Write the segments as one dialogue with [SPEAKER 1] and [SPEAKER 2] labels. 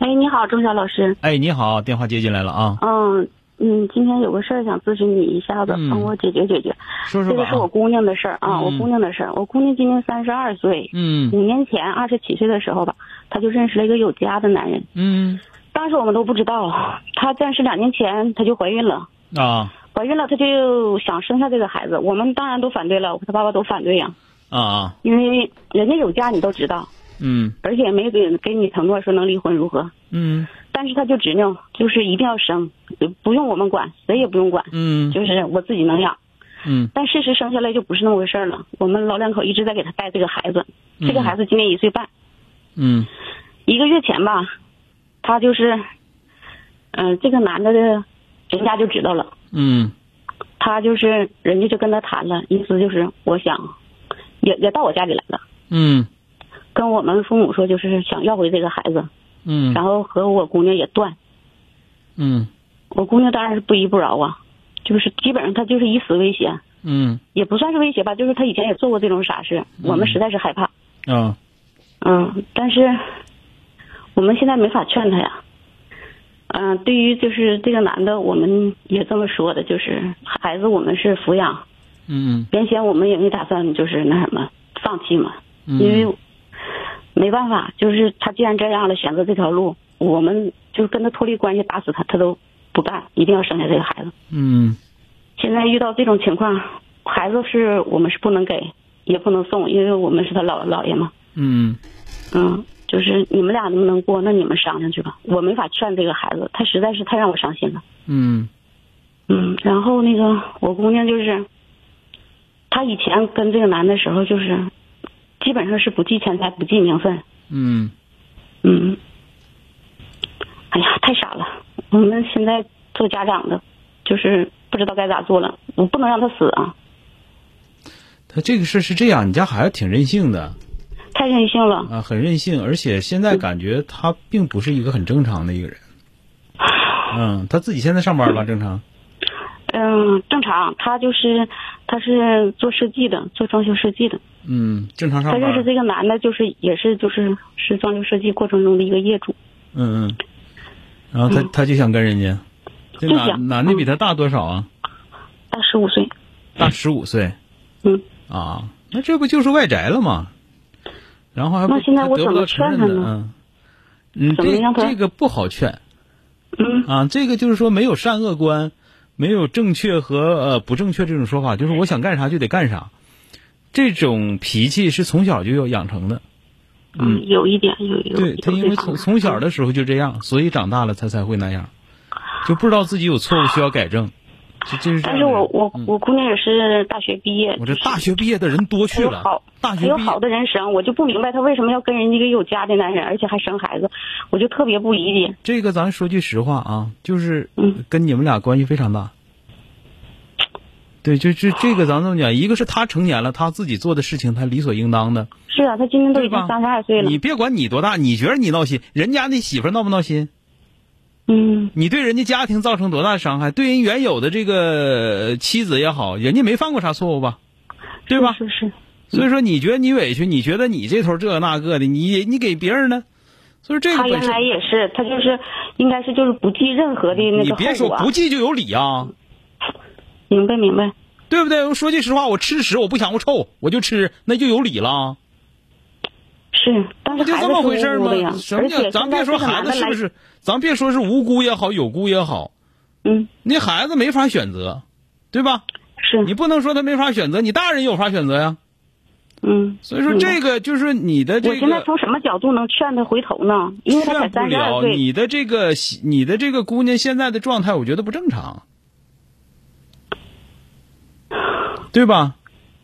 [SPEAKER 1] 哎，你好，钟晓老师。
[SPEAKER 2] 哎，你好，电话接进来了啊，
[SPEAKER 1] 嗯嗯，今天有个事儿想咨询你一下子，
[SPEAKER 2] 嗯
[SPEAKER 1] 帮我解决解决。
[SPEAKER 2] 说
[SPEAKER 1] 这
[SPEAKER 2] 说吧
[SPEAKER 1] 个是
[SPEAKER 2] 啊
[SPEAKER 1] 我，姑娘的事儿啊，
[SPEAKER 2] 嗯
[SPEAKER 1] 我姑娘的事儿。我姑娘今年三十二岁，
[SPEAKER 2] 嗯
[SPEAKER 1] 五年前二十七岁的时候吧，她就认识了一个有家的男人。
[SPEAKER 2] 嗯
[SPEAKER 1] 当时我们都不知道，她但是两年前她就怀孕了，
[SPEAKER 2] 啊
[SPEAKER 1] 怀孕了她就想生下这个孩子。我们当然都反对了，我和她爸爸都反对呀、
[SPEAKER 2] 啊啊，
[SPEAKER 1] 因为人家有家你都知道，
[SPEAKER 2] 嗯
[SPEAKER 1] 而且没给给你承诺说能离婚如何，
[SPEAKER 2] 嗯
[SPEAKER 1] 但是她就执拗，就是一定要生，不用我们管，谁也不用管。
[SPEAKER 2] 嗯
[SPEAKER 1] 就是我自己能养。
[SPEAKER 2] 嗯
[SPEAKER 1] 但事实生下来就不是那么回事儿了。我们老两口一直在给他带这个孩子，
[SPEAKER 2] 嗯
[SPEAKER 1] 这个孩子今年一岁半，
[SPEAKER 2] 嗯
[SPEAKER 1] 一个月前吧，他就是，嗯、这个男的的，人家就知道了，
[SPEAKER 2] 嗯
[SPEAKER 1] 他就是人家就跟他谈了，意思就是我想，也也到我家里来了，
[SPEAKER 2] 嗯
[SPEAKER 1] 跟我们父母说就是想要回这个孩子，
[SPEAKER 2] 嗯
[SPEAKER 1] 然后和我姑娘也断，
[SPEAKER 2] 嗯
[SPEAKER 1] 我姑娘当然是不依不饶啊，就是基本上她就是以死威胁，
[SPEAKER 2] 嗯
[SPEAKER 1] 也不算是威胁吧，就是她以前也做过这种傻事，我们实在是害怕。
[SPEAKER 2] 啊
[SPEAKER 1] 嗯，但是我们现在没法劝他呀。嗯、对于就是这个男的，我们也这么说的，就是孩子我们是抚养，
[SPEAKER 2] 嗯
[SPEAKER 1] 原先我们也没打算就是那什么放弃嘛，
[SPEAKER 2] 嗯，
[SPEAKER 1] 因为没办法，就是他既然这样了，选择这条路，我们就是跟他脱离关系，打死他他都不干，一定要生下这个孩子。
[SPEAKER 2] 嗯
[SPEAKER 1] 现在遇到这种情况，孩子是我们是不能给，也不能送，因为我们是他姥姥姥爷嘛。
[SPEAKER 2] 嗯
[SPEAKER 1] 嗯，就是你们俩能不能过，那你们商量去吧。我没法劝这个孩子，他实在是太让我伤心了。
[SPEAKER 2] 嗯
[SPEAKER 1] 嗯，然后那个我姑娘就是，她以前跟这个男的时候就是，基本上是不计钱财，不计名分。
[SPEAKER 2] 嗯
[SPEAKER 1] 嗯，哎呀，太傻了。我们现在做家长的，就是不知道该咋做了。我不能让他死啊，
[SPEAKER 2] 他这个事儿是这样，你家孩子挺任性的
[SPEAKER 1] 太任性了。
[SPEAKER 2] 啊，很任性，而且现
[SPEAKER 1] 嗯
[SPEAKER 2] 在感觉他并不是一个很正常的一个人。嗯，他自己现在上班吧，正常。
[SPEAKER 1] 嗯，正常，他就是他是做设计的，做装修设计的。
[SPEAKER 2] 嗯，正常上
[SPEAKER 1] 他
[SPEAKER 2] 班。
[SPEAKER 1] 认识这个男的，就是也是就是是装修设计过程中的一个业主，
[SPEAKER 2] 嗯，嗯，然后他他就想跟人家，这
[SPEAKER 1] 嗯就
[SPEAKER 2] 男
[SPEAKER 1] 想嗯
[SPEAKER 2] 男的比他大多少啊？
[SPEAKER 1] 大十五岁。
[SPEAKER 2] 大十五岁
[SPEAKER 1] 嗯，
[SPEAKER 2] 啊，那这不就是外宅了吗？然后还不
[SPEAKER 1] 那现在
[SPEAKER 2] 他
[SPEAKER 1] 我
[SPEAKER 2] 得
[SPEAKER 1] 怎
[SPEAKER 2] 不
[SPEAKER 1] 么
[SPEAKER 2] 到承认
[SPEAKER 1] 劝他
[SPEAKER 2] 的，嗯
[SPEAKER 1] 呢，
[SPEAKER 2] 嗯，
[SPEAKER 1] 怎么
[SPEAKER 2] 这
[SPEAKER 1] 让他
[SPEAKER 2] 这个不好劝，
[SPEAKER 1] 嗯
[SPEAKER 2] 啊，这个就是说没有善恶观，没有正确和呃不正确这种说法，就是我想干啥就得干啥，这种脾气是从小就要养成的，嗯
[SPEAKER 1] 嗯，有一点有有
[SPEAKER 2] 对
[SPEAKER 1] 有
[SPEAKER 2] 他因为
[SPEAKER 1] 这
[SPEAKER 2] 从
[SPEAKER 1] 方面
[SPEAKER 2] 从小的时候就这样，所以长大了他才会那样，就不知道自己有错误需要改正，这这是这样的人。
[SPEAKER 1] 但是我我
[SPEAKER 2] 嗯
[SPEAKER 1] 我姑娘也是大学毕业，
[SPEAKER 2] 我这大学毕业的人多去
[SPEAKER 1] 有
[SPEAKER 2] 了
[SPEAKER 1] 好，
[SPEAKER 2] 大
[SPEAKER 1] 还
[SPEAKER 2] 学
[SPEAKER 1] 有
[SPEAKER 2] 毕
[SPEAKER 1] 好
[SPEAKER 2] 业
[SPEAKER 1] 的人生，我就不明白她为什么要跟人家一个有家的男人，而且还生孩子，我就特别不理解。
[SPEAKER 2] 这个咱说句实话啊，就是
[SPEAKER 1] 嗯
[SPEAKER 2] 跟你们俩关系非常大。对，就就这个咱这么讲，一个是他成年了，他自己做的事情他理所应当的，
[SPEAKER 1] 是啊，她今年都
[SPEAKER 2] 对
[SPEAKER 1] 已经
[SPEAKER 2] 吧？
[SPEAKER 1] 三十二岁了
[SPEAKER 2] 你，别管你多大，你觉得你闹心，人家那媳妇儿闹不闹心？
[SPEAKER 1] 嗯，
[SPEAKER 2] 你对人家家庭造成多大伤害？对人原有的这个呃妻子也好，人家没犯过啥错误吧？对吧？
[SPEAKER 1] 是是，
[SPEAKER 2] 所以说，你觉得你委屈，你觉得你这头这那个的，你你给别人呢？所以说这个
[SPEAKER 1] 她
[SPEAKER 2] 本
[SPEAKER 1] 原
[SPEAKER 2] 身
[SPEAKER 1] 来也是，她就是应该是就是不计任何的那
[SPEAKER 2] 你
[SPEAKER 1] 个
[SPEAKER 2] 别
[SPEAKER 1] 后
[SPEAKER 2] 说
[SPEAKER 1] 果啊
[SPEAKER 2] 不，记就有理啊，
[SPEAKER 1] 明白明白，
[SPEAKER 2] 对不对？我说句实话，我吃屎，我不想我臭，我就吃，那就有理了。
[SPEAKER 1] 是，但
[SPEAKER 2] 不
[SPEAKER 1] 是
[SPEAKER 2] 就
[SPEAKER 1] 孩
[SPEAKER 2] 这
[SPEAKER 1] 子
[SPEAKER 2] 么
[SPEAKER 1] 是
[SPEAKER 2] 回事儿
[SPEAKER 1] 无辜的呀
[SPEAKER 2] 吗？什么
[SPEAKER 1] 而
[SPEAKER 2] 叫
[SPEAKER 1] 且
[SPEAKER 2] 咱
[SPEAKER 1] 现
[SPEAKER 2] 别
[SPEAKER 1] 在
[SPEAKER 2] 说
[SPEAKER 1] 这个
[SPEAKER 2] 孩
[SPEAKER 1] 男
[SPEAKER 2] 子
[SPEAKER 1] 的
[SPEAKER 2] 是
[SPEAKER 1] 来
[SPEAKER 2] 不，是，咱别说是无辜也好，有辜也好，
[SPEAKER 1] 嗯，
[SPEAKER 2] 那孩子没法选择，对吧？
[SPEAKER 1] 是，
[SPEAKER 2] 你不能说他没法选择，你大人有法选择呀。
[SPEAKER 1] 嗯，
[SPEAKER 2] 所以说
[SPEAKER 1] 明白
[SPEAKER 2] 这个就是你的
[SPEAKER 1] 我
[SPEAKER 2] 这
[SPEAKER 1] 现在
[SPEAKER 2] 个
[SPEAKER 1] 从什么角度能劝他回头呢？因为他
[SPEAKER 2] 劝
[SPEAKER 1] 才
[SPEAKER 2] 不
[SPEAKER 1] 三十二
[SPEAKER 2] 了
[SPEAKER 1] 岁，
[SPEAKER 2] 你的这个你的这个姑娘现在的状态，我觉得不正常，对吧？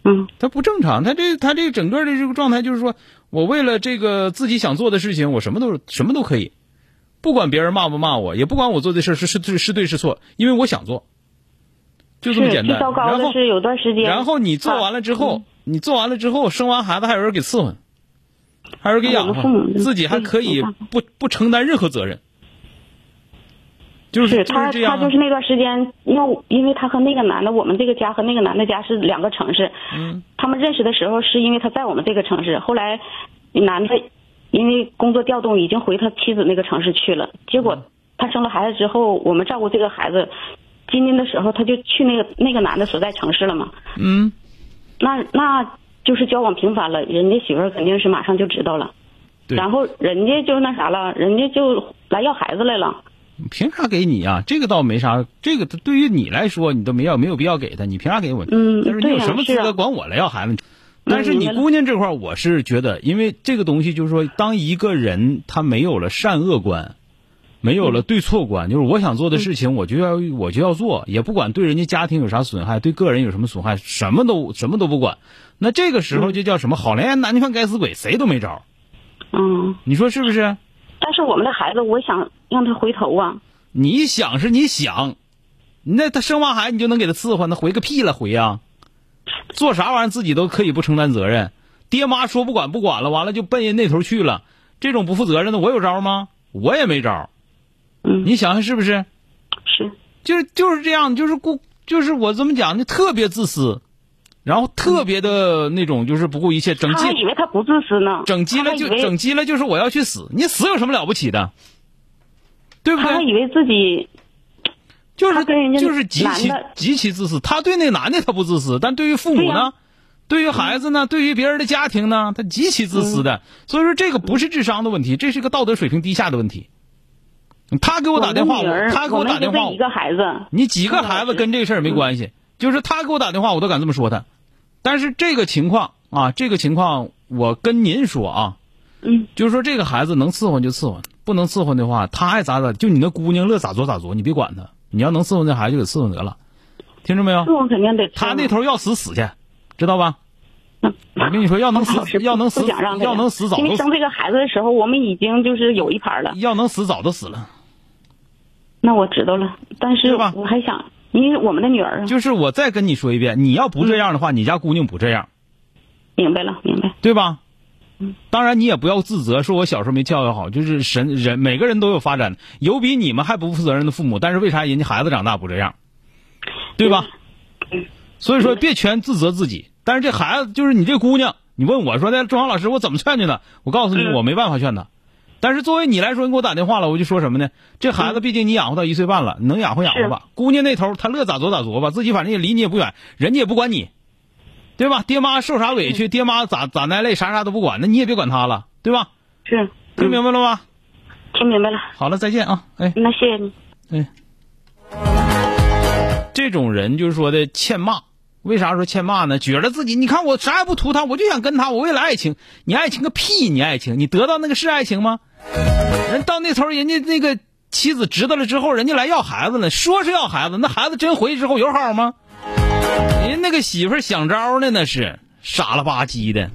[SPEAKER 1] 嗯，
[SPEAKER 2] 他不正常，他这他这整个的这个状态就是说，我为了这个自己想做的事情，我什么都什么都可以，不管别人骂不骂我，也不管我做这事儿是是是是对是错，因为我想做，就这么
[SPEAKER 1] 是
[SPEAKER 2] 简
[SPEAKER 1] 最
[SPEAKER 2] 单。
[SPEAKER 1] 糟糕
[SPEAKER 2] 然
[SPEAKER 1] 的
[SPEAKER 2] 后
[SPEAKER 1] 是有段时间，啊嗯
[SPEAKER 2] 然后你做完了之后，你做完了之后，生完孩子还有人给伺候你，还有人给养
[SPEAKER 1] 我们父母
[SPEAKER 2] 活
[SPEAKER 1] 就
[SPEAKER 2] 你，自己还可以不不承担任何责任，就是是就
[SPEAKER 1] 他，
[SPEAKER 2] 是这样
[SPEAKER 1] 他
[SPEAKER 2] 啊。
[SPEAKER 1] 就是那段时间，因为因为他和那个男的，我们这个家和那个男的家是两个城市。
[SPEAKER 2] 嗯。
[SPEAKER 1] 他们认识的时候是因为他在我们这个城市，后来男的因为工作调动已经回他妻子那个城市去了。结
[SPEAKER 2] 嗯
[SPEAKER 1] 果他生了孩子之后，我们照顾这个孩子，今年的时候他就去那个那个男的所在城市了嘛。
[SPEAKER 2] 嗯，
[SPEAKER 1] 那那就是交往频繁了，人家媳妇儿肯定是马上就知道了。
[SPEAKER 2] 对
[SPEAKER 1] 然后人家就那啥了，人家就来要孩子来了。
[SPEAKER 2] 凭啥给你啊？这个倒没啥，这个对于你来说，你都没要没有必要给他，你凭啥给我？
[SPEAKER 1] 嗯
[SPEAKER 2] 就是你
[SPEAKER 1] 对
[SPEAKER 2] 有
[SPEAKER 1] 呀
[SPEAKER 2] 什么
[SPEAKER 1] 是
[SPEAKER 2] 资格
[SPEAKER 1] 啊
[SPEAKER 2] 管我来要孩子？但是
[SPEAKER 1] 明
[SPEAKER 2] 你
[SPEAKER 1] 白了
[SPEAKER 2] 姑娘这块儿，我是觉得，因为这个东西就是说，当一个人他没有了善恶观，没有了对错观，就是我想做的事
[SPEAKER 1] 嗯
[SPEAKER 2] 情，我就要我就要做，也不管对人家家庭有啥损害，对个人有什么损害，什么都什么都不管。那这个时候就叫什么好男男女犯该死鬼，谁都没招儿。
[SPEAKER 1] 嗯，
[SPEAKER 2] 你说是不是？
[SPEAKER 1] 但是我们的孩子，我想让他回头啊。
[SPEAKER 2] 你想是你想，那他生完孩子你就能给他伺候，那回个屁了回呀、做啥玩意儿自己都可以不承担责任，爹妈说不管不管了，完了就奔人那头去了，这种不负责任的我有招吗？我也没招。
[SPEAKER 1] 嗯
[SPEAKER 2] 你想想是不是？
[SPEAKER 1] 是，
[SPEAKER 2] 就是就是这样，就是顾就是我怎么讲，就特别自私，然后特别的那种就是不顾一切，整
[SPEAKER 1] 他
[SPEAKER 2] 鸡
[SPEAKER 1] 还以为他不自私呢，
[SPEAKER 2] 整鸡
[SPEAKER 1] 他
[SPEAKER 2] 了
[SPEAKER 1] 还以
[SPEAKER 2] 就
[SPEAKER 1] 为
[SPEAKER 2] 整鸡了就是我要去死，你死有什么了不起的？对不
[SPEAKER 1] 他
[SPEAKER 2] 对？
[SPEAKER 1] 还以为自己
[SPEAKER 2] 就是
[SPEAKER 1] 他跟人家
[SPEAKER 2] 就是极其
[SPEAKER 1] 男的
[SPEAKER 2] 极其自私。他对那男的他不自私，但对于父母
[SPEAKER 1] 对
[SPEAKER 2] 呢
[SPEAKER 1] 呀，
[SPEAKER 2] 对于孩子呢，对于别人的家庭呢，他极其自私
[SPEAKER 1] 嗯
[SPEAKER 2] 的。所以说这个不是智商的问题，这是个道德水平低下的问题。他给我打电话，
[SPEAKER 1] 我们女
[SPEAKER 2] 我
[SPEAKER 1] 儿
[SPEAKER 2] 他给我打电
[SPEAKER 1] 我
[SPEAKER 2] 话
[SPEAKER 1] 们就这一，个孩子，
[SPEAKER 2] 你几个孩子跟这个事儿没关系，就是他给我打电话，我都敢这么说他。但是这个情况啊，这个情况我跟您说啊，
[SPEAKER 1] 嗯，
[SPEAKER 2] 就是说这个孩子能伺候就伺候，不能伺候的话，他爱咋咋，就你那姑娘乐咋作咋作，你别管他。你要能伺候那孩子就给伺候得了，听着没有
[SPEAKER 1] 这？种肯定得吃
[SPEAKER 2] 他那头要死死去，知道吧？
[SPEAKER 1] 嗯
[SPEAKER 2] 我跟你说，要能
[SPEAKER 1] 老师
[SPEAKER 2] 死，要能死
[SPEAKER 1] 啊不，想让他
[SPEAKER 2] 要能死嗯早
[SPEAKER 1] 因
[SPEAKER 2] 都
[SPEAKER 1] 为
[SPEAKER 2] 死
[SPEAKER 1] 生这个孩子的时候，我们已经就是有一盘了。
[SPEAKER 2] 要能死早都死了。
[SPEAKER 1] 那我知道了，但是
[SPEAKER 2] 是吧
[SPEAKER 1] 我还想，因为我们的女儿啊，
[SPEAKER 2] 就是我再跟你说一遍，你要不这样的话，你家姑娘不这样。
[SPEAKER 1] 明白了，明白，
[SPEAKER 2] 对吧？当然，你也不要自责，说我小时候没教育好，就是神人每个人都有发展，有比你们还不负责任的父母，但是为啥人家孩子长大不这样，对吧？所以说别全自责自己，但是这孩子就是你这姑娘，你问我说那钟航老师我怎么劝劝她？我告诉你
[SPEAKER 1] 嗯
[SPEAKER 2] 我没办法劝她，但是作为你来说，你给我打电话了，我就说什么呢？这孩子毕竟你养活到一岁半了，你能养活养活吧。姑娘那头她乐咋作咋作吧，自己反正也离你也不远，人家也不管你，对吧？爹妈受啥委屈，爹妈咋咋挨累，啥啥都不管，那你也别管他了，对吧？
[SPEAKER 1] 是嗯
[SPEAKER 2] 听明白了吗？
[SPEAKER 1] 听明白了，
[SPEAKER 2] 好了，再见啊！哎。
[SPEAKER 1] 那谢谢你。
[SPEAKER 2] 这种人就是说的欠骂。为啥说欠骂呢？觉得自己你看我啥也不图他，我就想跟他，我为了爱情，你爱情个屁！你爱情，你得到那个是爱情吗？人到那头，人家那个妻子知道了之后，人家来要孩子了，说是要孩子，那孩子真回去之后有好吗？人家那个媳妇儿想招呢，那是傻了吧唧的。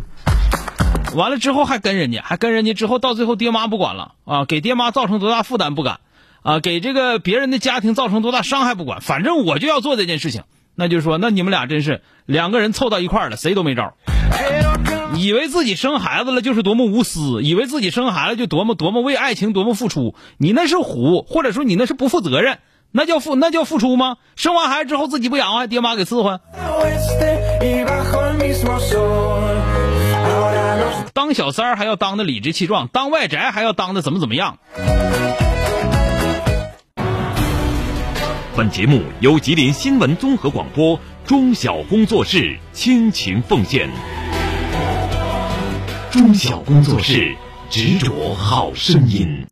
[SPEAKER 2] 完了之后还跟人家，还跟人家之后到最后爹妈不管了啊，给爹妈造成多大负担不敢，啊，给这个别人的家庭造成多大伤害不管，反正我就要做这件事情。那就是说，那你们俩真是两个人凑到一块儿了，谁都没招儿。以为自己生孩子了就是多么无私，以为自己生孩子就多么多么为爱情多么付出，你那是虎，或者说你那是不负责任，那叫付那叫付出吗？生完孩子之后自己不养活，还爹妈给伺候，啊
[SPEAKER 3] oeste y bajo el mismo sol. Ahora los
[SPEAKER 2] 当小三儿还要当的理直气壮，当外宅还要当的怎么怎么样。
[SPEAKER 4] 本节目由吉林新闻综合广播中小工作室倾情奉献。中小工作室执着好声音。